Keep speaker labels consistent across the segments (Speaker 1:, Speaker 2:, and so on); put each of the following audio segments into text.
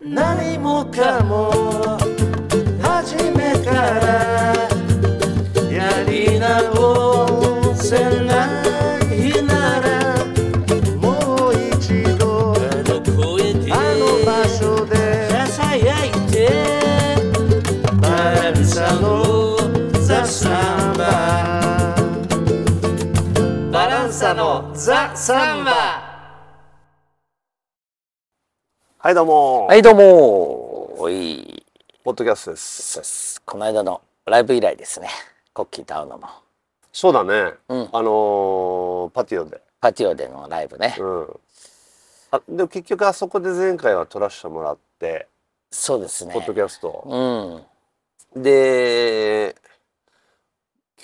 Speaker 1: 何もかも初めからやり直せないならもう一度
Speaker 2: あの声で
Speaker 1: あの場所で
Speaker 2: ささやいて
Speaker 1: バランサのザ・サンバ
Speaker 2: バランサのザ・サンバ
Speaker 1: はいどうも、
Speaker 2: はいどうもおい
Speaker 1: ポッドキャストです
Speaker 2: そうですこの間のライブ以来ですねコッキーと会うのも
Speaker 1: そうだね、
Speaker 2: うん
Speaker 1: あのーパティオで
Speaker 2: パティオでのライブね、
Speaker 1: うんあでも結局あそこで前回は撮らせてもらって、
Speaker 2: そうですね
Speaker 1: ポッドキャストを
Speaker 2: うん
Speaker 1: で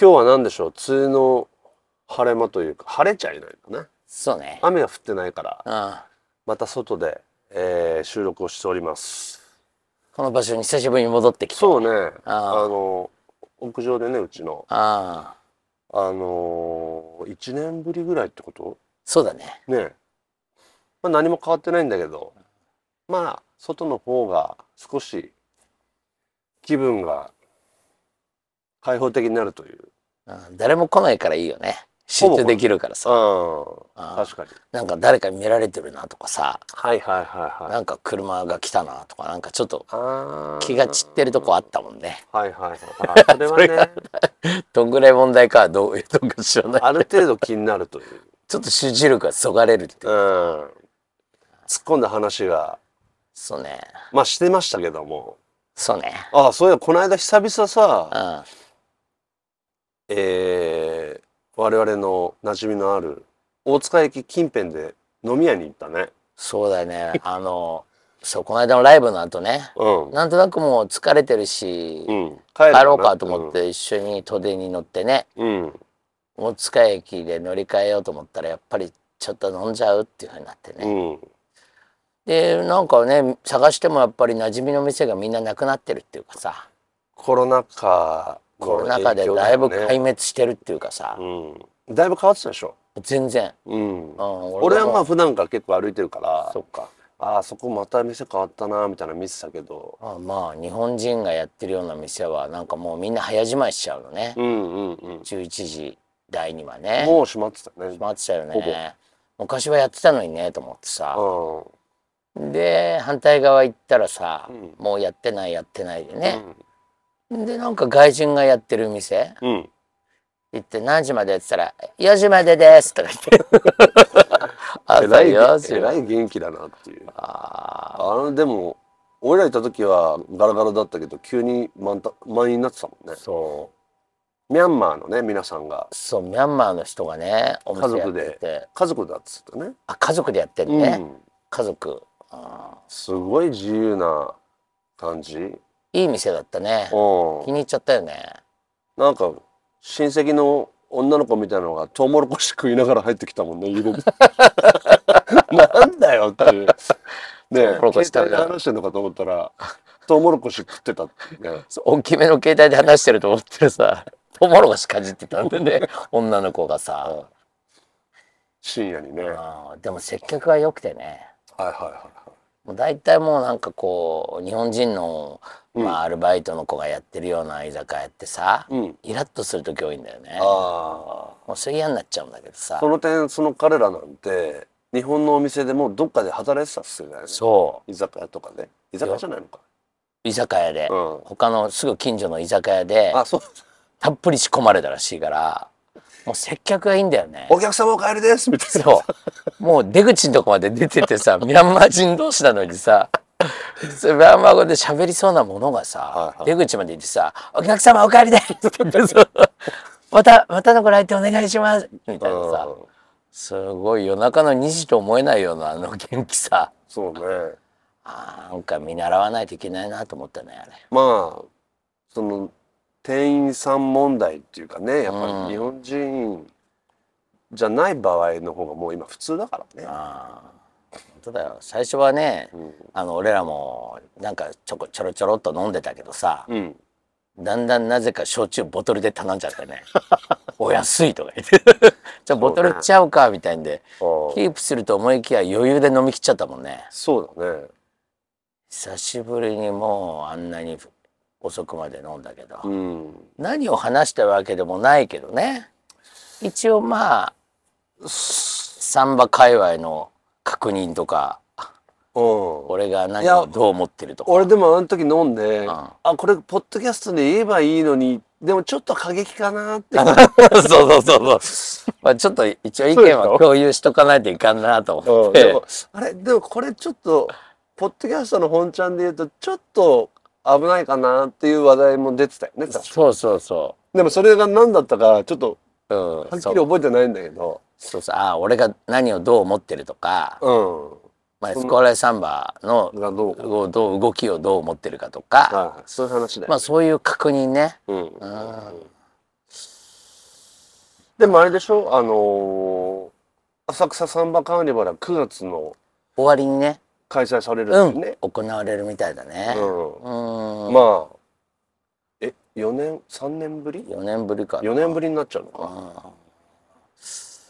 Speaker 1: 今日は何でしょう梅雨の晴れ間というか晴れちゃいないのね
Speaker 2: そうね
Speaker 1: 雨が降ってないから
Speaker 2: うん
Speaker 1: また外で、えー収録をしております
Speaker 2: この場所に久しぶりに戻ってきて
Speaker 1: そうね
Speaker 2: あ
Speaker 1: あ
Speaker 2: ー
Speaker 1: の屋上でねうちの
Speaker 2: ああ
Speaker 1: あのー、1年ぶりぐらいってこと
Speaker 2: そうだね
Speaker 1: ねえまあ何も変わってないんだけどまあ外の方が少し気分が開放的になるという
Speaker 2: うん誰も来ないからいいよね集中できるからさ
Speaker 1: うん
Speaker 2: あー
Speaker 1: 確かに
Speaker 2: なんか誰かに見られてるなとかさ
Speaker 1: はいはいはいはい。
Speaker 2: なんか車が来たなとかなんかちょっと
Speaker 1: あー
Speaker 2: 気が散ってるとこあったもんね
Speaker 1: はいはいはい あ。それは
Speaker 2: それが
Speaker 1: ね、
Speaker 2: どんぐらい問題かはどういうとか知らない
Speaker 1: ある程度気になるという。
Speaker 2: ちょっと集中力がそがれるって
Speaker 1: うん。突っ込んだ話が、
Speaker 2: そうね
Speaker 1: まあしてましたけども。
Speaker 2: そうね
Speaker 1: ああ、そういえばこの間久々
Speaker 2: う
Speaker 1: さ、
Speaker 2: ん
Speaker 1: えー、我々の馴染みのある大塚駅近辺で飲み屋に行ったね。
Speaker 2: そうだよねあのそうこの間のライブの後ね
Speaker 1: うん。
Speaker 2: なんとなくもう疲れてるし、
Speaker 1: うん。帰る
Speaker 2: 帰ろうかと思っ。て一緒に都電に乗ってね
Speaker 1: うん。うん
Speaker 2: 大塚駅で乗り換えようと思ったらやっぱりちょっと飲んじゃうっていうふうになってね、
Speaker 1: うん。
Speaker 2: でなんかね探してもやっぱり馴染みの店がみんななくなってるっていうかさ
Speaker 1: コロナ禍の
Speaker 2: コロナ禍で
Speaker 1: 影響
Speaker 2: だいぶ
Speaker 1: ね
Speaker 2: 壊滅してるっていうかさ、
Speaker 1: うん。だいぶ変わってたでしょ。
Speaker 2: 全然、
Speaker 1: うん
Speaker 2: う。ん、
Speaker 1: 俺はまあ
Speaker 2: あ
Speaker 1: 普段から結構歩いてるから
Speaker 2: そっか
Speaker 1: ああそこまた店変わったなみたいなの見てたけど
Speaker 2: あまあ日本人がやってるような店はなんかもうみんな早じまいしちゃうのね、
Speaker 1: うんうんうん
Speaker 2: 11時台にはね
Speaker 1: もう閉まってたね
Speaker 2: 待ってたよ
Speaker 1: ほぼ
Speaker 2: ね昔はやってたのにねと思ってさ、
Speaker 1: うん
Speaker 2: で反対側行ったらさ、
Speaker 1: うん
Speaker 2: もうやってないやってないでね、でなんか外人がやってる店
Speaker 1: うんうん
Speaker 2: 行って何時までやってたら「4時までです」とか言って朝
Speaker 1: えらい
Speaker 2: 4時
Speaker 1: えらい元気だなっていう
Speaker 2: あ
Speaker 1: あのでも俺らいた時はガラガラだったけど急に満た満員になってたもんね
Speaker 2: ーそ
Speaker 1: ミャンマーのね皆さんが
Speaker 2: うそうミャンマーの人がねお店やってて
Speaker 1: 家族だっつってね
Speaker 2: あ家族でやってるね、
Speaker 1: うん
Speaker 2: 家族あ
Speaker 1: すごい自由な感じうん
Speaker 2: ーいい店だったね気に入っちゃったよね
Speaker 1: なんか親戚の女の子みたいなのがトウモロコシ食いながら入ってきたもんね 家になんだよっていう
Speaker 2: トウ
Speaker 1: ね
Speaker 2: モロコシ食
Speaker 1: 携
Speaker 2: べた
Speaker 1: 帯で話してんのかと思ったらトウモロコシ食ってたっていうね
Speaker 2: そう大きめの携帯で話してると思ってるさトウモロコシかじってたんでね女の子がさ、
Speaker 1: 深夜にねはいは
Speaker 2: あーでも接客が良くてね
Speaker 1: いはい
Speaker 2: もう大体もうなんかこう日本人の、
Speaker 1: うん
Speaker 2: まあ、アルバイトの子がやってるような居酒屋ってさ、
Speaker 1: はいうん
Speaker 2: イラッとする時多いんだよね
Speaker 1: あ
Speaker 2: もうそれ嫌になっちゃうんだけどさ
Speaker 1: あその点その彼らなんて日本のお店でもどっかで働いてたっすよね
Speaker 2: そ
Speaker 1: 居酒屋とかで居酒屋じゃないのか
Speaker 2: う居酒屋で、
Speaker 1: うん
Speaker 2: 他のすぐ近所の居酒屋で
Speaker 1: あそう
Speaker 2: たっぷり仕込まれたらしいからもう接客がいいんだよね
Speaker 1: お客様お帰りですみたいな
Speaker 2: そう。もう出口のとこまで出てて さ、ミャンマー人同士なのにさ、それミャンマー語で喋りそうなものがさ、
Speaker 1: はいは
Speaker 2: 出
Speaker 1: い
Speaker 2: 口まで行ってさ、お客様お帰りですって言 ってさまた、またのご来店お願いしますみたいなさ、
Speaker 1: うん
Speaker 2: すごい夜中の2時と思えないようなあの元気さ、
Speaker 1: そうね
Speaker 2: あーなんか見習わないといけないなと思ったね、あれ。
Speaker 1: まあその店員さん問題っていうかねやっぱ
Speaker 2: うん
Speaker 1: り日本人じゃない場合の方がもう今普通だからね。
Speaker 2: あー本当だよ。最初はね、
Speaker 1: うん
Speaker 2: あの、俺らも、なんかちょこちょろちょろっと飲んでたけどさ、
Speaker 1: うん、
Speaker 2: だんだんなぜか焼酎ボトルで頼んじゃった ね。お安いとか言って。 じゃあボトルちゃうかみたいんで、キープすると思いきや余裕で飲み切っちゃったもんね。
Speaker 1: そうだね
Speaker 2: 久しぶりにもうあんなに遅くまで飲んだけど、
Speaker 1: うん
Speaker 2: 何を話したわけでもないけどね一応まあサンバ界隈の確認とか
Speaker 1: うん
Speaker 2: 俺が何
Speaker 1: いや
Speaker 2: をどう思ってるとか
Speaker 1: 俺でもあの時飲んで、
Speaker 2: ん
Speaker 1: あこれポッドキャストで言えばいいのにでもちょっと過激かなって
Speaker 2: そうそうそうそうまあちょっと一応意見は共有しとかないといかんなと思
Speaker 1: う
Speaker 2: っ
Speaker 1: ん
Speaker 2: て、
Speaker 1: でもあれでもこれちょっとポッドキャストの本ちゃんで言うとちょっと危ないかなっていう話題も出てたよね確か
Speaker 2: そうそうそ
Speaker 1: でもそれが何だったかちょっと
Speaker 2: う、うん、
Speaker 1: はっきり
Speaker 2: そう
Speaker 1: 覚えてないんだけど
Speaker 2: そうそうああ俺が何をどう思ってるとか、
Speaker 1: う
Speaker 2: まあ、
Speaker 1: そ
Speaker 2: ス
Speaker 1: の
Speaker 2: コアライサンバの
Speaker 1: んがどうか
Speaker 2: どうどう動きをどう思ってるかとか、
Speaker 1: はいそういう話だよ、
Speaker 2: まあそういう確認ね。
Speaker 1: うん
Speaker 2: うん
Speaker 1: でもあれでしょあのー浅草サンバカーニバルは9月の
Speaker 2: 終わりにね、
Speaker 1: 開催されるんだ
Speaker 2: う
Speaker 1: よ
Speaker 2: ん、
Speaker 1: ね、
Speaker 2: 行われるみたいだね。
Speaker 1: う
Speaker 2: うん、
Speaker 1: ん、まあえ4年3年ぶり
Speaker 2: 4年ぶりかな。
Speaker 1: 4年ぶりになっちゃうのか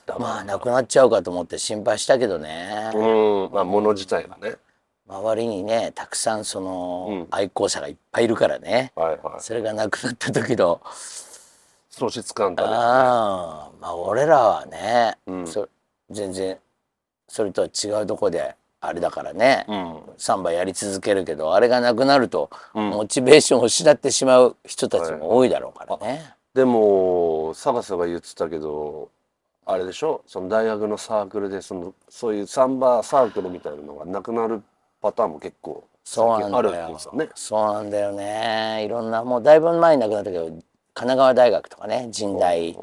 Speaker 1: だから
Speaker 2: まあなくなっちゃうかと思って心配したけどね、
Speaker 1: うんまあもの自体がね
Speaker 2: 周りにねたくさんその
Speaker 1: うん
Speaker 2: 愛好者がいっぱいいるからね、
Speaker 1: はいはい
Speaker 2: それがなくなった時の、
Speaker 1: 喪失感
Speaker 2: あ
Speaker 1: だね
Speaker 2: あまあ俺らはね、
Speaker 1: うん
Speaker 2: そ全然それとは違うとこであれだからね、
Speaker 1: うん
Speaker 2: サンバやり続けるけどあれがなくなると
Speaker 1: うん
Speaker 2: モチベーションを失ってしまう人たちも多いだろうからね。
Speaker 1: でもサガサが言ってたけどあれでしょその大学のサークルでそのそういうサンバサークルみたいなのがなくなるパターンも結構
Speaker 2: そうなん
Speaker 1: ある
Speaker 2: だ
Speaker 1: って
Speaker 2: よ
Speaker 1: ことですよね。
Speaker 2: そうなんだよね。いろんなもうだいぶ前に亡くなったけど神奈川大学とかね神大
Speaker 1: う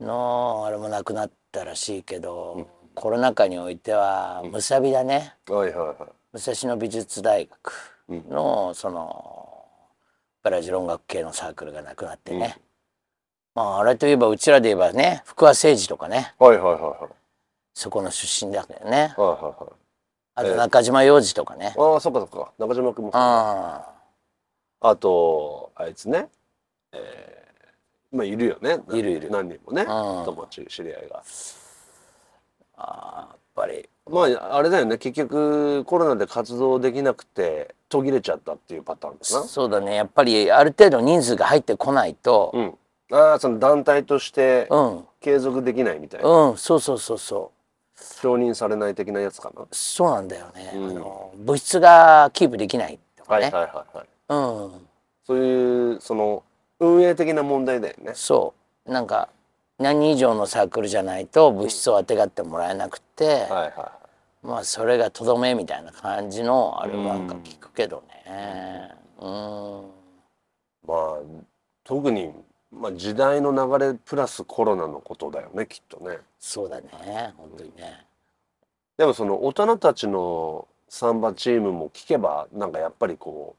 Speaker 2: のあれもなくなったらしいけど、コロナ禍においてはむさびだね、
Speaker 1: んはいはいは
Speaker 2: 武蔵野美術大学のそのブラジル音楽系のサークルがなくなってね、まああれといえばうちらで言えばね福和誠治とかね
Speaker 1: いはいはいはいは
Speaker 2: そこの出身だけどね
Speaker 1: いはいはいはい
Speaker 2: あと中島洋二とかね、
Speaker 1: ああそっかそっか中島君も
Speaker 2: あ
Speaker 1: あとあいつねえーまあいるよね
Speaker 2: いるいる
Speaker 1: 何人もね
Speaker 2: ん
Speaker 1: 友達知り合いが
Speaker 2: あやっぱり
Speaker 1: まああれだよね結局コロナで活動できなくて途切れちゃったっていうパターンだな
Speaker 2: そうだねやっぱりある程度人数が入ってこないと
Speaker 1: うん、ああその団体として
Speaker 2: うん
Speaker 1: 継続できないみたいな、
Speaker 2: うん、そうそうそうそう
Speaker 1: 承認されない的なやつかな、
Speaker 2: そうなんだよね、
Speaker 1: うん
Speaker 2: あの物質がキープできないとか
Speaker 1: はい
Speaker 2: ね、
Speaker 1: はいはいはい
Speaker 2: うん
Speaker 1: そういうその運営的な問題だよね
Speaker 2: そうなんか何人以上のサークルじゃないと物質をあてがってもらえなくて、
Speaker 1: はいは
Speaker 2: まあそれがとどめみたいな感じのあればなんか聞くけどねうん、
Speaker 1: いまあ特に、まあ、時代の流れプラスコロナのことだよねきっとね
Speaker 2: そうだね本当にね
Speaker 1: でもその大人たちのサンバチームも聞けばなんかやっぱりこう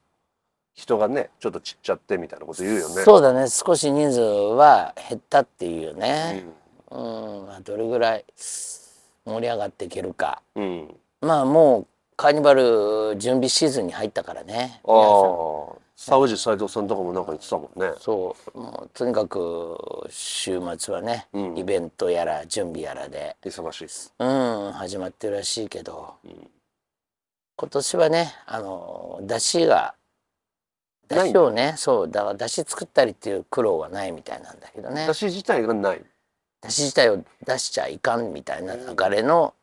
Speaker 1: 人がねちょっと散っちゃってみたいなこと言うよね
Speaker 2: そうだね少し人数は減ったっていうよね
Speaker 1: ん
Speaker 2: うん、まあ、どれぐらい盛り上がっていけるか
Speaker 1: うん
Speaker 2: まあもうカーニバル準備シーズンに入ったからね
Speaker 1: ああ沢地斎藤さんとかもなんか言ってたもんね
Speaker 2: そうもうとにかく週末はね、
Speaker 1: うん
Speaker 2: イベントやら準備やらで
Speaker 1: 忙しいです
Speaker 2: うん始まってるらしいけど、
Speaker 1: ん
Speaker 2: 今年はねあの出汁が
Speaker 1: ない
Speaker 2: 出汁をねそうだから出汁作ったりっていう苦労はないみたいなんだけどね
Speaker 1: 私自体がない
Speaker 2: 出汁自体を出しちゃいかんみたいな流れの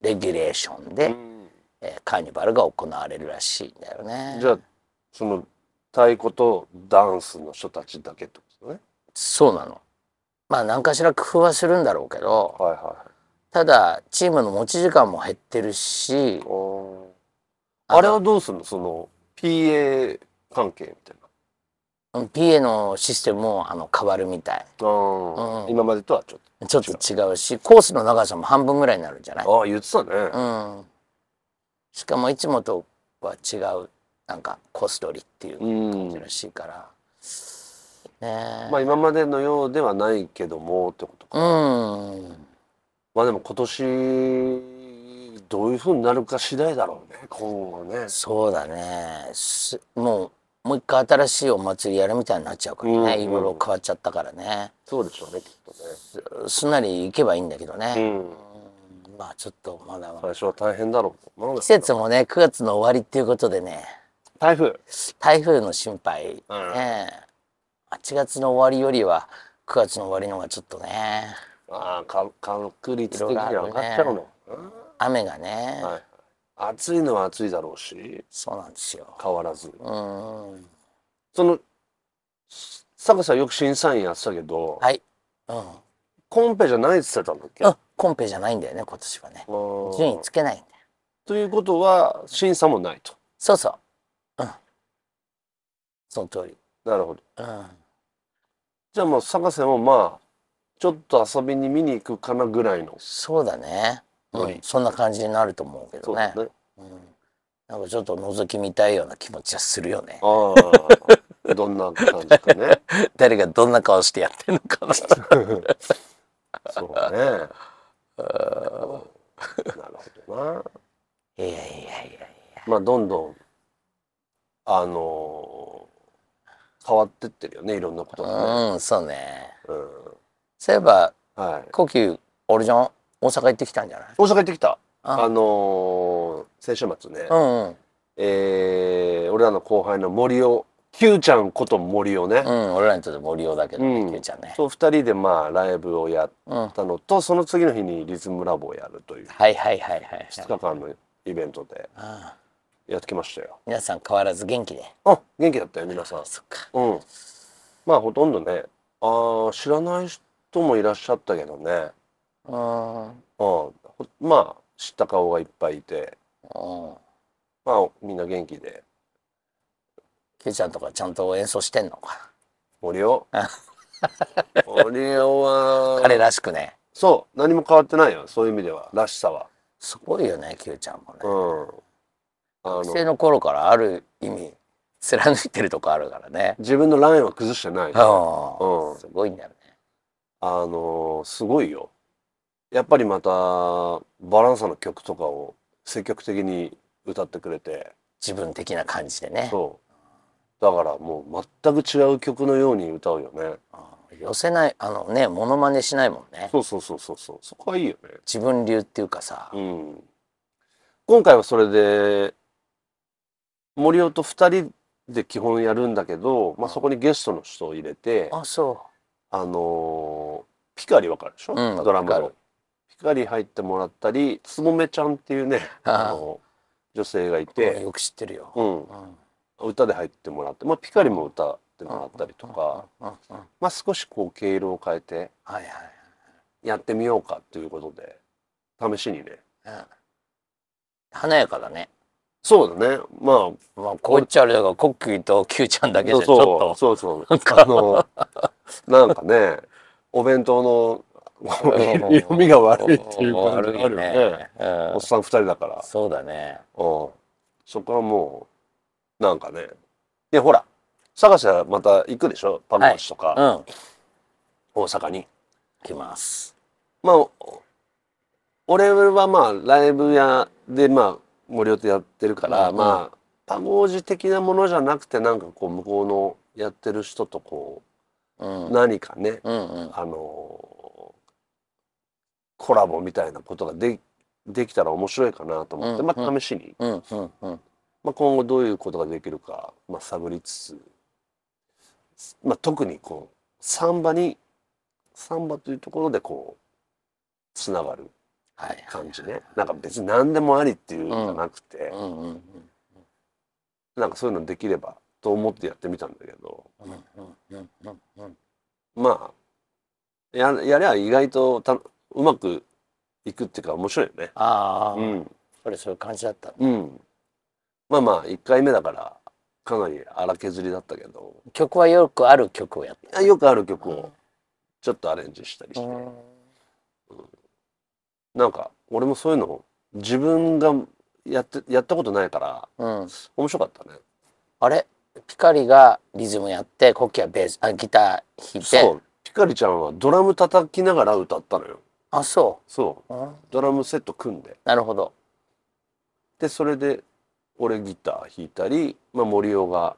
Speaker 2: レギュレーションで、えーカーニバルが行われるらしいんだよね。
Speaker 1: じゃあその太鼓とダンスの人たちだけってことね
Speaker 2: そうなの。まあ何かしら工夫はするんだろうけど
Speaker 1: はいはい
Speaker 2: ただチームの持ち時間も減ってるし
Speaker 1: おあれはどうすんのその PA 関係みたいな
Speaker 2: うん PA のシステムもあの変わるみたい
Speaker 1: あー、
Speaker 2: うん
Speaker 1: 今までとはちょっ
Speaker 2: ちょっと違うしコースの長さも半分ぐらいになるんじゃない
Speaker 1: とああ言ってたね、
Speaker 2: うんしかもいつもとは違うなんかコース取りっていう感じらしいから、ねえ
Speaker 1: まあ今までのようではないけどもってことか
Speaker 2: うん
Speaker 1: まあでも今年どういうふうになるか次第だろうね今後ね
Speaker 2: そうだねすもうもう一回新しいお祭りやるみたいになっちゃうからね、
Speaker 1: うん
Speaker 2: いろいろ変わっちゃったからね
Speaker 1: そうでしょうねきっとね
Speaker 2: すんなり行けばいいんだけどね、
Speaker 1: うん
Speaker 2: うまあちょっとまだ
Speaker 1: 最初は大変だろうと。なんで
Speaker 2: 季節もね9月の終わりっていうことでね
Speaker 1: 台風。
Speaker 2: 台風の心配、ね
Speaker 1: うん
Speaker 2: 8月の終わりよりは9月の終わりの方がちょっとね
Speaker 1: ああ、か確率的
Speaker 2: 色
Speaker 1: に
Speaker 2: があ
Speaker 1: 上
Speaker 2: る
Speaker 1: が
Speaker 2: ね
Speaker 1: っちゃうの。
Speaker 2: 雨がね、
Speaker 1: はい。暑いのは暑いだろうし、
Speaker 2: そうなんですよ
Speaker 1: 変わらず。
Speaker 2: うーん
Speaker 1: その、坂さんよく審査員やってたけど、
Speaker 2: はいうん
Speaker 1: コンペじゃないって言ってたんだっけ
Speaker 2: うんコンペじゃないんだよね今年はね
Speaker 1: うん
Speaker 2: 順位つけないんだよ
Speaker 1: ということは、審査もないと。
Speaker 2: そうそううんその通り
Speaker 1: なるほど。
Speaker 2: うん
Speaker 1: じゃあもう坂瀬もまあ、ちょっと遊びに見に行くかなぐらいの。
Speaker 2: そうだね、う
Speaker 1: ノ
Speaker 2: ん
Speaker 1: リ、
Speaker 2: そんな感じになると思うけ
Speaker 1: そ
Speaker 2: ど
Speaker 1: う
Speaker 2: ね
Speaker 1: だね。
Speaker 2: うん、なんかちょっと覗き見たいような気持ちはするよね
Speaker 1: ああ、どんな感じかね。
Speaker 2: 誰がどんな顔してやってんのかな
Speaker 1: そうね。なるほどな。
Speaker 2: いやいやいやいや
Speaker 1: まあどんどんあのー変わってってるよねいろんなことがね。
Speaker 2: うん、そうね。
Speaker 1: うん
Speaker 2: そういえば、
Speaker 1: はい。
Speaker 2: 高級、俺じゃん、大阪行ってきたんじゃない
Speaker 1: 大阪行ってきた。
Speaker 2: あ
Speaker 1: あのー先週末ね
Speaker 2: う、んうん。
Speaker 1: えー俺らの後輩の森尾 Q ちゃんこと森尾ね
Speaker 2: う、ん、俺らにとって森尾だけどね、
Speaker 1: うん
Speaker 2: キューちゃんね。
Speaker 1: そう二人でまあライブをやっ
Speaker 2: うん。はい
Speaker 1: たのとその次の日にリズムラボをやるという
Speaker 2: はいはいはいはい。
Speaker 1: 2日間のイベントで
Speaker 2: ああ
Speaker 1: やってきましたよ。
Speaker 2: 皆さん変わらず元気で。
Speaker 1: あ元気だったよ皆さん。
Speaker 2: そっか。
Speaker 1: うん。まあほとんどね、ああ知らない人もいらっしゃったけどね。
Speaker 2: うん。
Speaker 1: うん。ほまあ知った顔がいっぱいいて、
Speaker 2: うん。
Speaker 1: まあみんな元気で。
Speaker 2: キューちゃんとかちゃんと演奏してんのか
Speaker 1: 森尾
Speaker 2: あ。
Speaker 1: 森尾
Speaker 2: な。
Speaker 1: は
Speaker 2: 彼らしくね。
Speaker 1: そう何も変わってないよそういう意味ではらしさは。
Speaker 2: すごいよね、キューちゃんもね。
Speaker 1: うん。あ
Speaker 2: 学生
Speaker 1: の
Speaker 2: の頃からある意味、貫いてるとこあるからね。
Speaker 1: 自分のラインは崩してない。あ
Speaker 2: う
Speaker 1: うん
Speaker 2: ん。すごいんだよね。
Speaker 1: のすごいよ。やっぱりまたバランサの曲とかを積極的に歌ってくれて。
Speaker 2: 自分的な感じでね。
Speaker 1: そう。だからもう全く違う曲のように歌うよね。
Speaker 2: うん寄せないあのねモノマネしないもんね
Speaker 1: そうそうそうそうそう。そこはいいよね。
Speaker 2: 自分流っていうかさ、
Speaker 1: うん。今回はそれで森尾と二人で基本やるんだけど、まあそこにゲストの人を入れて、
Speaker 2: あそ
Speaker 1: あのーピカリわかるでし
Speaker 2: う
Speaker 1: ょ？
Speaker 2: ん
Speaker 1: ドラム
Speaker 2: ピカ
Speaker 1: の
Speaker 2: リ。
Speaker 1: ピカリ入ってもらったり、つぼめちゃんっていうね、
Speaker 2: ああ
Speaker 1: あの女性がいう
Speaker 2: うん
Speaker 1: て、
Speaker 2: よく知ってるよ、
Speaker 1: うん
Speaker 2: う、ん
Speaker 1: 歌で入ってもらって、まあピカリも歌ってもらったりとか、
Speaker 2: うんうんはい
Speaker 1: まあ少しこう毛色を変えて。
Speaker 2: はい
Speaker 1: やってみようかということで試しにね
Speaker 2: うん華やかだね
Speaker 1: そうだねまあ
Speaker 2: まあこう言っちゃあれだからコッキーとキューちゃんだけじゃちょっと
Speaker 1: そうそう
Speaker 2: なんか
Speaker 1: あのなんかねお弁当のこう
Speaker 2: うん
Speaker 1: 読みが悪いっていう感じがあるよね
Speaker 2: うん
Speaker 1: おっさん二人だからうん
Speaker 2: そうだね
Speaker 1: そこはもうなんかねでほら探したらまた行くでしょパン
Speaker 2: はい
Speaker 1: コチとか、
Speaker 2: うん
Speaker 1: 大阪に
Speaker 2: 来ます
Speaker 1: まあお俺はまあライブ屋でまあ森尾とやってるか
Speaker 2: うん
Speaker 1: ら、
Speaker 2: うん
Speaker 1: まあパゴージ的なものじゃなくてなんかこう向こうのやってる人とこ
Speaker 2: うん
Speaker 1: う
Speaker 2: うん
Speaker 1: 何かね、
Speaker 2: うん
Speaker 1: あのーコラボみたいなことがでできたら面白いかなと思って、
Speaker 2: うん
Speaker 1: まあ試しに、
Speaker 2: うんうんうん
Speaker 1: まあ、今後どういうことができるか、まあ、探りつつ、まあ、特にこうサンバにサンバというところでこうつながる
Speaker 2: はい
Speaker 1: 感じねなんか別に何でもありっていうんじゃなくて
Speaker 2: う、んうんうん
Speaker 1: なんかそういうのできればと思ってやってみたんだけど
Speaker 2: うんうんうんうんうん
Speaker 1: まあややりゃ意外とたうまくいくっていうか面白いよね。
Speaker 2: ああ、
Speaker 1: う
Speaker 2: やっ
Speaker 1: ん
Speaker 2: ぱりそういう感じだった
Speaker 1: うん、まあまあ1回目だからかなり荒削りだったけど
Speaker 2: 曲はよくある曲をやって
Speaker 1: あよくある曲をちょっとアレンジしたりして、なんか俺もそういうの自分がやってやったことないから
Speaker 2: うん、
Speaker 1: 面白かったね。
Speaker 2: あれピカリがリズムやってコッキーはベースあギター弾いて
Speaker 1: そうピカリちゃんはドラム叩きながら歌ったのよ。
Speaker 2: あそ
Speaker 1: そう
Speaker 2: う、うん
Speaker 1: ドラムセット組んで
Speaker 2: なるほど
Speaker 1: でそれで俺ギター弾いたり、まあ、森尾が、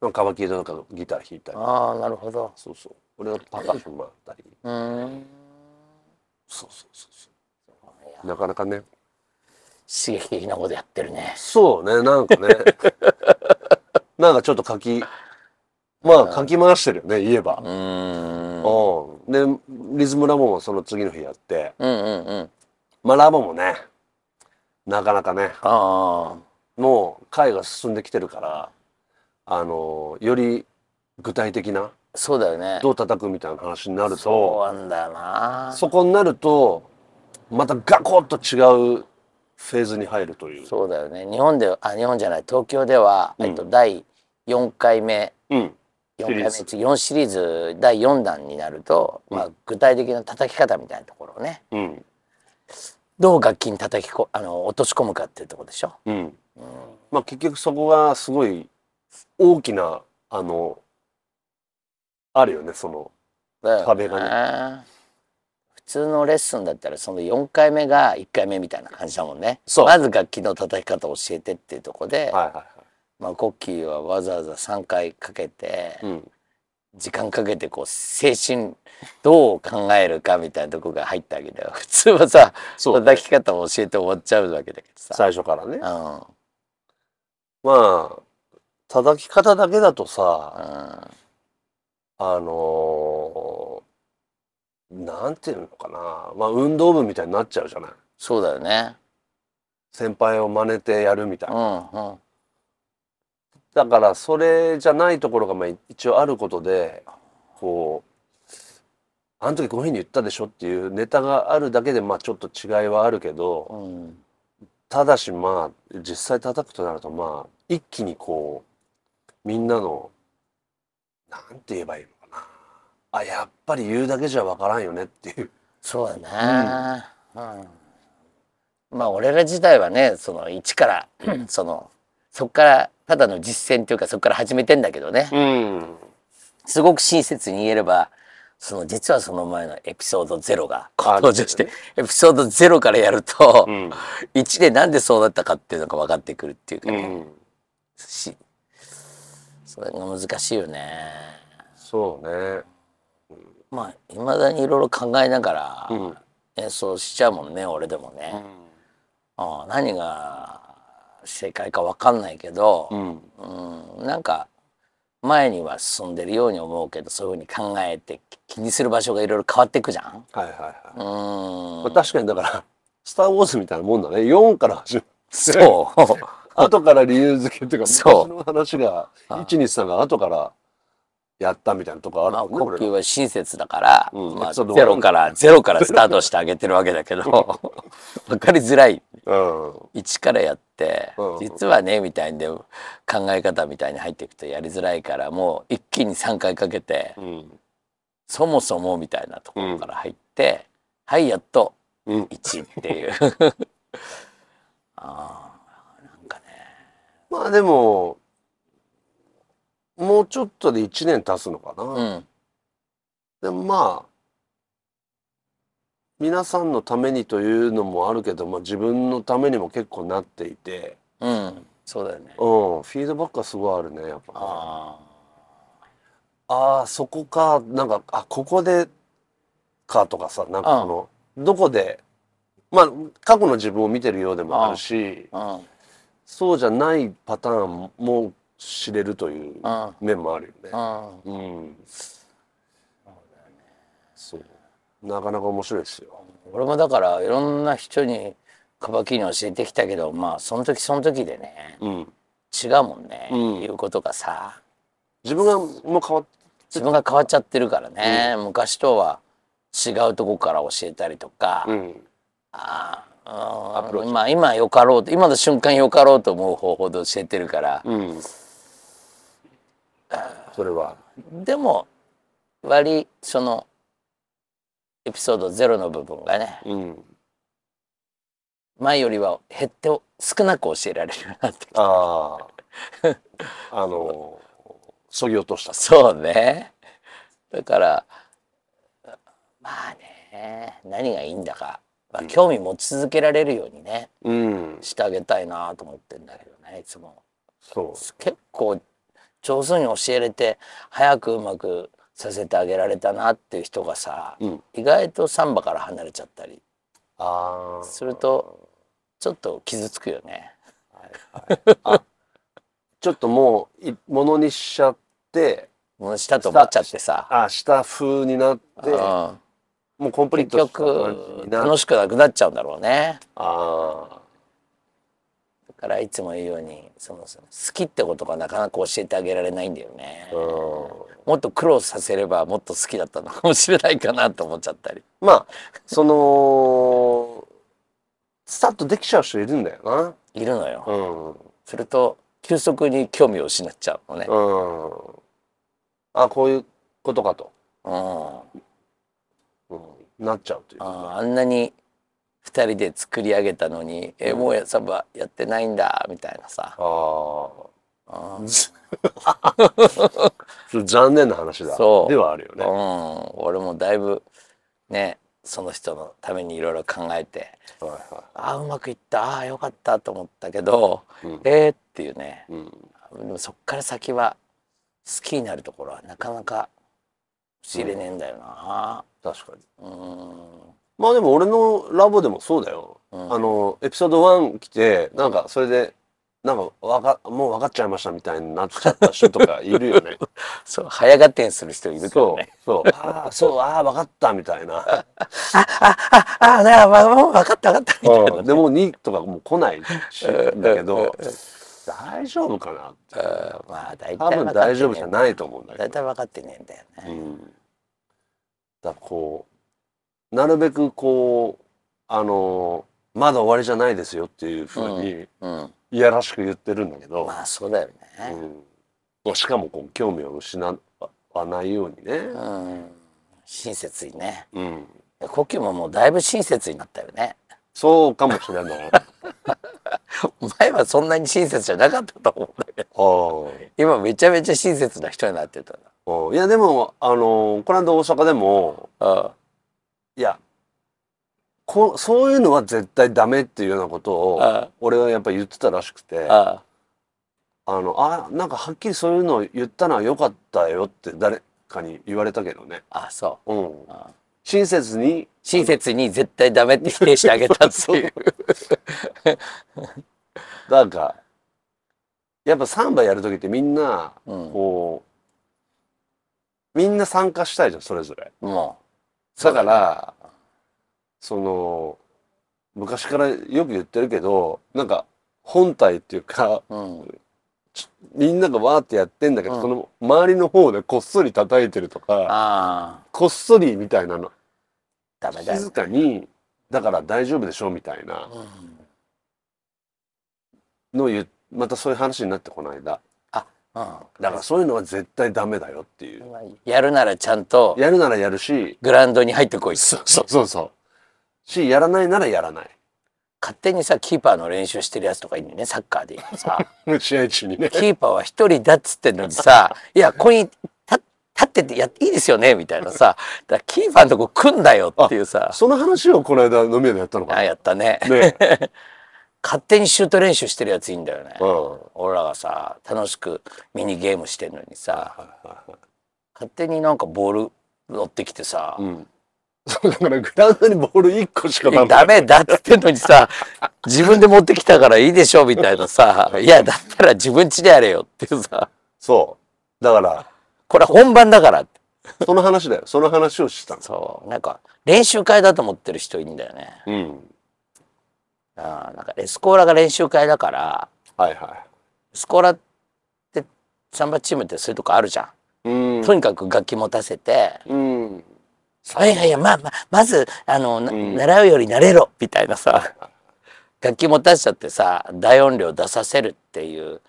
Speaker 1: まあ、カバキリとかギター弾いたり
Speaker 2: ああなるほど
Speaker 1: そうそう俺がパーカッションもあったり
Speaker 2: うーん
Speaker 1: そうそうそうそう
Speaker 2: よ
Speaker 1: なかなかね
Speaker 2: 刺激的なことやってるね
Speaker 1: そうねなん かねなんかちょっと書きまあ書き回してるよね言えば
Speaker 2: う、ーん
Speaker 1: うん、でリズムラボもその次の日やって
Speaker 2: うんうんうん
Speaker 1: まあラボもねなかなかね
Speaker 2: あ
Speaker 1: もう回が進んできてるからあのより具体的な
Speaker 2: あそうだよね
Speaker 1: どう叩くみたいな話になると
Speaker 2: そうなんだよな
Speaker 1: そこになるとまたガコッと違うフェーズに入るという。
Speaker 2: そうだよね日本であ日本じゃない東京では、
Speaker 1: うん
Speaker 2: えっと、第4回目
Speaker 1: うん、
Speaker 2: 4
Speaker 1: シリ
Speaker 2: 回
Speaker 1: ー
Speaker 2: 目
Speaker 1: ズ
Speaker 2: 4シリーズ第4弾になると、ま
Speaker 1: う
Speaker 2: あ、具体的な叩き方みたいなところをね
Speaker 1: うん、
Speaker 2: どう楽器に叩きこあの落とし込むかっていうところでしょ。
Speaker 1: うん。
Speaker 2: うん
Speaker 1: まあ結局そこがすごい大きなあのあるよねその
Speaker 2: だよね
Speaker 1: 壁
Speaker 2: 普通のレッスンだったらその4回目が1回目みたいな感じだもんね
Speaker 1: そう
Speaker 2: まず楽器の叩き方を教えてっていうところで、
Speaker 1: はいは
Speaker 2: まあ、コッキーはわざわざ3回かけて
Speaker 1: いはい。うん。
Speaker 2: 時間かけてこう精神どう考えるかみたいなとこが入ったわけだよ普通はさ
Speaker 1: そう
Speaker 2: 叩き方を教えて終わっちゃうわけだけどさ、
Speaker 1: 最初からね
Speaker 2: う。んうん
Speaker 1: まあ叩き方だけだとさあのーなんていうのかなまあ運動部みたいになっちゃうじゃない。
Speaker 2: そうだよね
Speaker 1: 先輩を真似てやるみたいうな。
Speaker 2: んうん
Speaker 1: だからそれじゃないところがまあ一応あることでこうあの時こういうふうに言ったでしょっていうネタがあるだけでまあちょっと違いはあるけど
Speaker 2: うん
Speaker 1: ただしまあ実際叩くとなるとまあ一気にこうみんなのなんて言えばいいのかなあやっぱり言うだけじゃわからんよねっていう
Speaker 2: そうだね、うんまあ俺ら自体はねその一から そのそこからただの実践というかそこから始めてんだけどね、
Speaker 1: うん
Speaker 2: すごく親切に言えればその実はその前のエピソード0が登場して、
Speaker 1: ある
Speaker 2: エピソード0からやると、
Speaker 1: うん
Speaker 2: 1でなんでそうなったかっていうのが分かってくるっていうか
Speaker 1: う
Speaker 2: ね、
Speaker 1: ん
Speaker 2: しそれが難しいよね
Speaker 1: そうね
Speaker 2: まあいまだにいろいろ考えながら
Speaker 1: うん
Speaker 2: 演奏しちゃうもんね、俺でもね。ああ何が正解か分かんないけど、
Speaker 1: うん
Speaker 2: うんなんか前には進んでるように思うけどそういうふうに考えて気にする場所がいろいろ変わっていくじゃん。
Speaker 1: はいはいはい
Speaker 2: うん、
Speaker 1: まあ確かにだから「スター・ウォーズ」みたいなもんだね4から始まる
Speaker 2: そう
Speaker 1: 後から理由付けっていうか
Speaker 2: そう
Speaker 1: 昔の話が123が後からやったみたいなとこある
Speaker 2: まあ
Speaker 1: よね
Speaker 2: コ
Speaker 1: 俺
Speaker 2: ッ
Speaker 1: ら
Speaker 2: キーは親切だから、
Speaker 1: うん
Speaker 2: まあ、
Speaker 1: エピソ
Speaker 2: ゼ
Speaker 1: ード
Speaker 2: ロからゼロからスタートしてあげてるわけだけ ど分かりづらい
Speaker 1: うん
Speaker 2: 1からやって、
Speaker 1: うん
Speaker 2: 実はねみたいんで考え方みたいに入っていくとやりづらいからもう一気に3回かけて、
Speaker 1: うん
Speaker 2: そもそもみたいなところから入って、はいやっと
Speaker 1: うん
Speaker 2: 1っていう ああなんかね
Speaker 1: まあでももうちょっとで1年経つのかな、
Speaker 2: うん
Speaker 1: でもまあ皆さんのためにというのもあるけど、まあ、自分のためにも結構なっていて、
Speaker 2: うんそうだよね
Speaker 1: うん、フィードバックはすごいあるねやっぱね
Speaker 2: あ
Speaker 1: ああそこかなんかあここでかとかさなんかそのどこでまあ過去の自分を見てるようでもあるし
Speaker 2: あうん
Speaker 1: そうじゃないパターンも知れるという
Speaker 2: うん
Speaker 1: 面もあるよ
Speaker 2: う
Speaker 1: ね。
Speaker 2: ん
Speaker 1: うん、そうなかなか面白いですよ。
Speaker 2: 俺もだからいろんな人にカバキリに教えてきたけどまあその時その時でね
Speaker 1: う
Speaker 2: 違
Speaker 1: ん、
Speaker 2: うもんね、
Speaker 1: うん
Speaker 2: いうことがさ
Speaker 1: 自分がもう変わっ
Speaker 2: 自分が変わっちゃってるからね、昔とは違うとこから教えたりとか、
Speaker 1: うん、
Speaker 2: あ
Speaker 1: ア
Speaker 2: あ
Speaker 1: プロ
Speaker 2: う
Speaker 1: ーチ
Speaker 2: ん今今よかろうと今の瞬間よかろうと思う方法で教えてるから、
Speaker 1: うん、それは
Speaker 2: でも割そのエピソードゼロの部分がね
Speaker 1: うん、
Speaker 2: 前よりは減って少なく教えられるなって
Speaker 1: あああのそぎ落とした。
Speaker 2: そうねだからまあね何がいいんだか、まあ、興味持ち続けられるようにね
Speaker 1: うん、
Speaker 2: してあげたいなと思ってんだけどねいつも。
Speaker 1: そう。
Speaker 2: 結構上手に教えれて早くうまくさせてあげられたなっていう人がさ、
Speaker 1: うん
Speaker 2: 意外とサンバから離れちゃったり
Speaker 1: ああ
Speaker 2: するとちょっと傷つくよね
Speaker 1: ちょっともういものにしちゃって
Speaker 2: もうしたと思っちゃってさ、
Speaker 1: あした風になって
Speaker 2: うん、
Speaker 1: もうコンプリー
Speaker 2: 結
Speaker 1: トした感
Speaker 2: 局
Speaker 1: じにな
Speaker 2: 楽しくなくなっちゃうんだろうね
Speaker 1: あ
Speaker 2: だからいつも言うようにその好きってことがなかなか教えてあげられないんだよね
Speaker 1: あうん
Speaker 2: もっと苦労させればもっと好きだったのかもしれないかなと思っちゃったり
Speaker 1: まあそのスタッとできちゃう人いるんだよ
Speaker 2: いるのよ、
Speaker 1: なうん
Speaker 2: すると急速に興味を失っちゃうのね、
Speaker 1: うんあこういうことかと、
Speaker 2: うん
Speaker 1: うん、なっちゃうという
Speaker 2: あーあんなに2人で作り上げたのに「えもうやサバやってないんだ」みたいなさ、
Speaker 1: あ
Speaker 2: うん
Speaker 1: あ残念な話だ
Speaker 2: そう
Speaker 1: ではあるよ
Speaker 2: う
Speaker 1: ね
Speaker 2: ん、俺もだいぶねその人のためにいろいろ考えて
Speaker 1: はいは
Speaker 2: 「ああうまくいったああよかった」と思ったけど「
Speaker 1: うん
Speaker 2: えー、っていうね
Speaker 1: い、うん、
Speaker 2: でもそっから先は好きになるところはなかなか知れねえんだよな。
Speaker 1: 確かに
Speaker 2: うん
Speaker 1: まあでも俺のラボでもそうだよ、
Speaker 2: うん
Speaker 1: あのエピソード1来てなんかそれでなんかわかもう分かっちゃいましたみたいになっちゃった人とかいる よね
Speaker 2: そう早合点する人いるけど
Speaker 1: そう
Speaker 2: ね。
Speaker 1: そうああそうああ分かったみたいな
Speaker 2: ああなあ、まあ、もう分かった分かったみたいな、
Speaker 1: うんでも2とかもう来ないし
Speaker 2: うん
Speaker 1: だけ
Speaker 2: うん
Speaker 1: ど大丈夫かなって
Speaker 2: うんまあ大体
Speaker 1: 多分
Speaker 2: 分かってねえ
Speaker 1: 大丈夫じゃないと思うんだけ
Speaker 2: 大
Speaker 1: ど、
Speaker 2: 体分かってねえんだよね。
Speaker 1: うん、だからこうなるべくこうあのまだ終わりじゃないですよっていうふうに
Speaker 2: うん、
Speaker 1: いやらしく言ってるんだけど、
Speaker 2: まあそうだよ
Speaker 1: う
Speaker 2: ね。
Speaker 1: んこうしかもこう興味を失わないようにね、
Speaker 2: うん、親切にね。
Speaker 1: うん、
Speaker 2: 呼吸ももうだいぶ親切になったよね。
Speaker 1: そうかもしれない あ
Speaker 2: 前はそんなに親切じゃなかったと思うんだけど、
Speaker 1: ー
Speaker 2: 今めちゃめちゃ親切な人になってた
Speaker 1: あーいやでもあのこの間大阪でも
Speaker 2: な。
Speaker 1: いやこそういうのは絶対ダメっていうようなことを
Speaker 2: ああ
Speaker 1: 俺はやっぱ言ってたらしくて
Speaker 2: うん、あ
Speaker 1: あのあなんかはっきりそういうのを言ったのは良かったよって誰かに言われたけどね、
Speaker 2: あ、あそう。
Speaker 1: うん、
Speaker 2: あ
Speaker 1: 親切に
Speaker 2: 親切に絶対ダメって否定してあげたっていう。
Speaker 1: なんかやっぱサンバやる時ってみんな
Speaker 2: うん
Speaker 1: こう、みんな参加したいじゃんそれぞれ。
Speaker 2: も
Speaker 1: だからその昔からよく言ってるけどなんか本体っていうか
Speaker 2: う、うん、
Speaker 1: みんながわーってやってんだけど、
Speaker 2: うん
Speaker 1: その周りの方でこっそり叩いてるとか
Speaker 2: ああ、
Speaker 1: こっそりみたいなの
Speaker 2: ダメだよ
Speaker 1: 静。かにだから大丈夫でしょみたいな
Speaker 2: うん
Speaker 1: のを言うまたそういう話になってこないだ
Speaker 2: う、
Speaker 1: だからそういうのは絶対ダメだよっていうん
Speaker 2: やるならちゃんと
Speaker 1: やるならやるし
Speaker 2: グラウンドに入ってこいそう
Speaker 1: そうそうそうしやらないならやらない
Speaker 2: 勝手にさキーパーの練習してるやつとかいるのねサッカーで言うとさ
Speaker 1: 試合中にね
Speaker 2: キーパーは一人だっつってんのに さ「いやここに立立っててやいいですよね」みたいなさ「だからキーパーのとこ来んだよ」っていうさ
Speaker 1: その話をこの間飲み屋でやった
Speaker 2: 「
Speaker 1: のか
Speaker 2: あ
Speaker 1: な
Speaker 2: やったね」
Speaker 1: ね
Speaker 2: 勝手にシュート練習してるやついいんだよね
Speaker 1: うんは
Speaker 2: 俺らがさ楽しくミニゲームしてんのにさ
Speaker 1: いはいは
Speaker 2: 勝手になんかボール乗ってきてさ
Speaker 1: いうんそうだからグラウンドにボール1個しか
Speaker 2: いや
Speaker 1: な
Speaker 2: ダメだって言ってんのにさ自分で持ってきたからいいでしょみたいなさいやだったら自分家でやれよっていうさ
Speaker 1: そうだから
Speaker 2: これ本番だからって
Speaker 1: その話だよその話をしてたの
Speaker 2: そうなんか練習会だと思ってる人いるんだよね
Speaker 1: うん
Speaker 2: あなんかエスコーラが練習会だから
Speaker 1: はいは
Speaker 2: エスコーラってサンバチームってそういうとこあるじゃ
Speaker 1: いうん
Speaker 2: んとにかく楽器持たせて
Speaker 1: うん
Speaker 2: 「いやいやまあまあまずあの、な
Speaker 1: うん
Speaker 2: 習うより慣れろ」みたいなさ楽器持たせちゃってさ大音量出させるっていう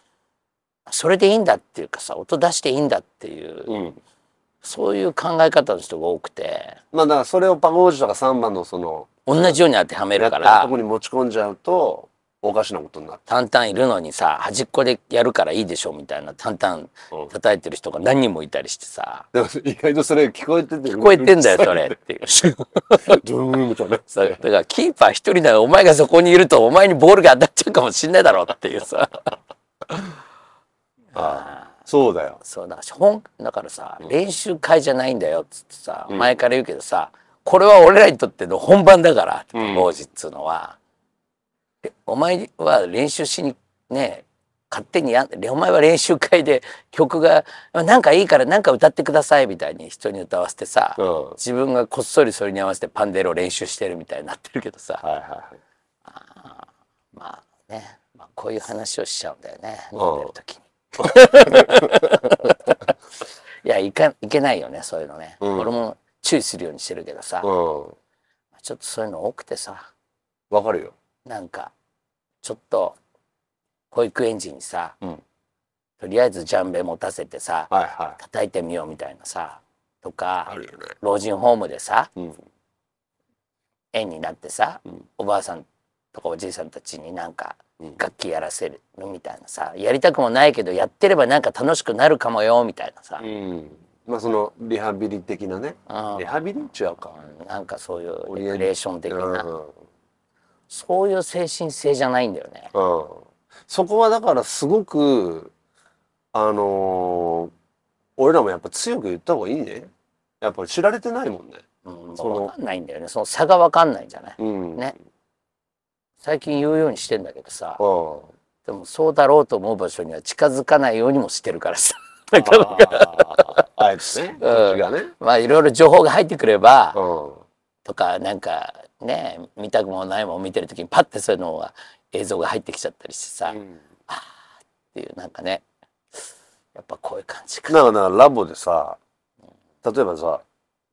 Speaker 2: それでいいんだっていうかさ音出していいんだっていう、
Speaker 1: うん
Speaker 2: そういう考え方の人が多くて
Speaker 1: まあだからそれをパゴージュとかサンバのその
Speaker 2: 同じように当てはめ
Speaker 1: や
Speaker 2: る
Speaker 1: って
Speaker 2: か
Speaker 1: る
Speaker 2: ら
Speaker 1: とこに持ち込んじゃうとおかしなことになって
Speaker 2: 淡々いるのにさ端っこでやるからいいでしょみたいな淡々
Speaker 1: うん
Speaker 2: 叩いてる人が何人もいたりしてさ
Speaker 1: でも意外とそれ聞こえてて聞
Speaker 2: 聞こえてんだよそれっていう。
Speaker 1: ドゥーンみたいな
Speaker 2: そうだからキーパー一人ならお前がそこにいるとお前にボールが当たっちゃうかもしんないだろうっていうさ
Speaker 1: ああそうだよ
Speaker 2: そうだから本だからさ練習会じゃないんだよっつってさ、前から言うけどさこれは俺らにとっての本番だから、
Speaker 1: うん
Speaker 2: 王子っつうのは。えお前は練習しにね勝手にやんお前は練習会で曲がなんかいいからなんか歌ってくださいみたいに人に歌わせてさ、
Speaker 1: うんは
Speaker 2: 自分がこっそりそれに合わせてパンデロ練習してるみたいになってるけどさ、
Speaker 1: いはい
Speaker 2: まあね、まあ、こういう話をしちゃうんだよね
Speaker 1: うん
Speaker 2: 飲んでる時に。 いやいかいけないよねそういうのね、
Speaker 1: うん
Speaker 2: 俺も注意するようにしてるけどさ、
Speaker 1: うん
Speaker 2: ちょっとそういうの多くてさ
Speaker 1: わかるよ
Speaker 2: なんかちょっと保育園児にさ、
Speaker 1: うん
Speaker 2: とりあえずジャンベ持たせてさ
Speaker 1: はいはい
Speaker 2: 叩いてみようみたいなさとか
Speaker 1: るよね
Speaker 2: 老人ホームでさ
Speaker 1: うん
Speaker 2: 園になってさ、
Speaker 1: うん
Speaker 2: おばあさんとかおじいさんたちになんか
Speaker 1: うん
Speaker 2: 楽器やらせるみたいなさやりたくもないけどやってればなんか楽しくなるかもよみたいなさ、
Speaker 1: うんまあそのリハビリ的なね
Speaker 2: うん
Speaker 1: リハビリっちゃうか
Speaker 2: うんなんかそういう
Speaker 1: オリエン
Speaker 2: レクレーション的
Speaker 1: うん
Speaker 2: なそういう精神性じゃないんだよね。
Speaker 1: うんそこはだからすごくあのー俺らもやっぱ強く言った方がいいねやっぱ知られてないもんね
Speaker 2: うん、
Speaker 1: その
Speaker 2: 分かんないんだよねその差が分かんないんじゃない
Speaker 1: うん
Speaker 2: ね最近言うようにしてんだけどさ
Speaker 1: うん
Speaker 2: でもそうだろうと思う場所には近づかないようにもしてるからさなかなか
Speaker 1: あーあえてね、こっちがね、
Speaker 2: まあいろいろ情報が入ってくれば
Speaker 1: うん、
Speaker 2: とかなんかね見たくもないもん見てる時にパッてそういうのが映像が入ってきちゃったりしてさ、っていうなんかねやっぱこういう感じか
Speaker 1: なんかなんかラボでさ例えばさ、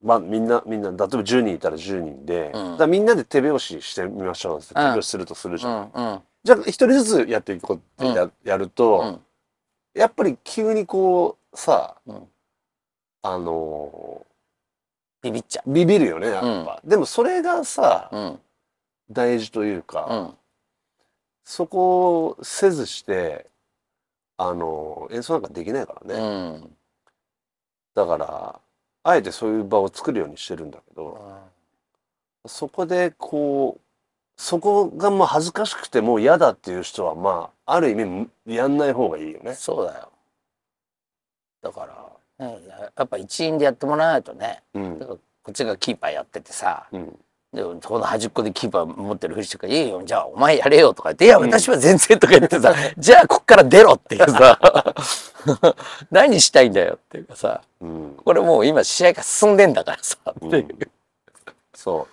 Speaker 1: まあ、みんなみんな例えば10人いたら10人で、
Speaker 2: うん
Speaker 1: だからみんなで手拍子してみましょうって手
Speaker 2: うん
Speaker 1: 拍子するとするじゃん、
Speaker 2: うんうん
Speaker 1: じゃあ一人ずつやっていこうってや,、やると、
Speaker 2: うん
Speaker 1: やっぱり急にこうさ、
Speaker 2: うん
Speaker 1: あの
Speaker 2: ビビっちゃ
Speaker 1: ービビるよねやっぱ、でもそれがさ
Speaker 2: ううん
Speaker 1: 大事というか、
Speaker 2: うん
Speaker 1: そこをせずしてあのー演奏なんかできないからね、
Speaker 2: うん
Speaker 1: だからあえてそういう場を作るようにしてるんだけどそこでこうそこがまあ恥ずかしくてもう嫌だっていう人はまあある意味やんない方がいいよね。
Speaker 2: そうだよだから、ね、ややっぱ一員でやってもらわないとね
Speaker 1: うん
Speaker 2: だからこっちがキーパーやっててさ
Speaker 1: うん
Speaker 2: でもそこの端っこでキーパー持ってるふりしてるから「いいよじゃあお前やれよ」とか言って「いや
Speaker 1: うん
Speaker 2: 私は全然」とか言ってさ 「じゃあこっから出ろ」って いうさ何したいんだよっていうかさ
Speaker 1: うん
Speaker 2: これもう今試合が進んでんだからさっていう。
Speaker 1: そ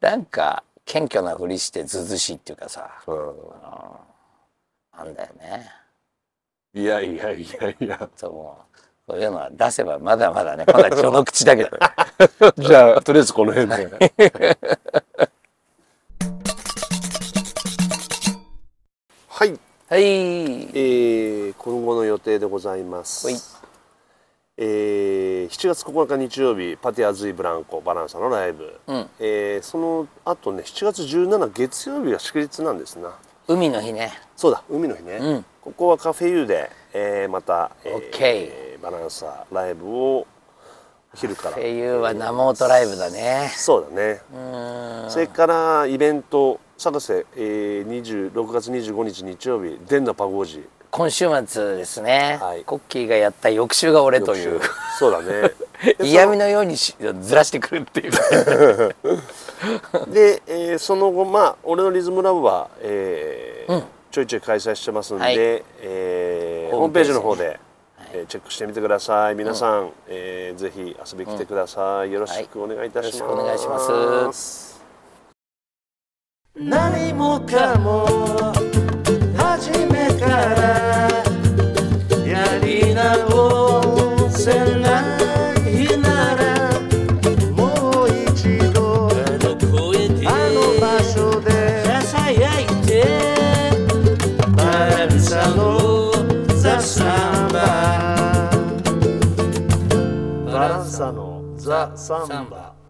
Speaker 2: なんか謙虚なふりしてずうずうしいっていうかさ
Speaker 1: う、う
Speaker 2: なんだよね
Speaker 1: ん、いやいやいやいや
Speaker 2: そうもうそういうのは出せばまだまだねまだ序の口 だけどね
Speaker 1: じゃあとりあえずこの辺で。 はい
Speaker 2: はい
Speaker 1: えー今後の予定でございます、
Speaker 2: はい
Speaker 1: えー7月9日日曜日パティアズイブランコバランサのライブ、
Speaker 2: うん
Speaker 1: えーその後ね7月17月曜日が祝日なんですな
Speaker 2: 海の日ね
Speaker 1: そうだ海の日ね、
Speaker 2: うん
Speaker 1: ここはカフェユーで、えーまた、えー
Speaker 2: OK
Speaker 1: えーバランサライブをお昼から
Speaker 2: 声優はナモートライブだね
Speaker 1: そうだね
Speaker 2: うーん
Speaker 1: それからイベント探せ、えー20 6月25日日曜日デンナパゴージ
Speaker 2: 今週末ですね、
Speaker 1: はい
Speaker 2: コッキーがやった翌週が俺という
Speaker 1: 翌週そうだね で
Speaker 2: 嫌味のようにしずらしてくるって いう
Speaker 1: で、えーその後まあ俺のリズムラブは、えー
Speaker 2: うん
Speaker 1: ちょいちょい開催してますんで、
Speaker 2: はい
Speaker 1: えーホ
Speaker 2: ホー
Speaker 1: ーム
Speaker 2: ムペ
Speaker 1: ペー
Speaker 2: ー
Speaker 1: ジ
Speaker 2: ジの
Speaker 1: の方
Speaker 2: 方
Speaker 1: で、えーチェックしてみてください皆さん、えーぜひ遊びに来てください、よろしくお願いいたします、
Speaker 2: はいよろしくお願いします
Speaker 3: 何もかも初めからやり直せないならもう一度あの場所でバランサのザ・サンババランサのザ・サンバ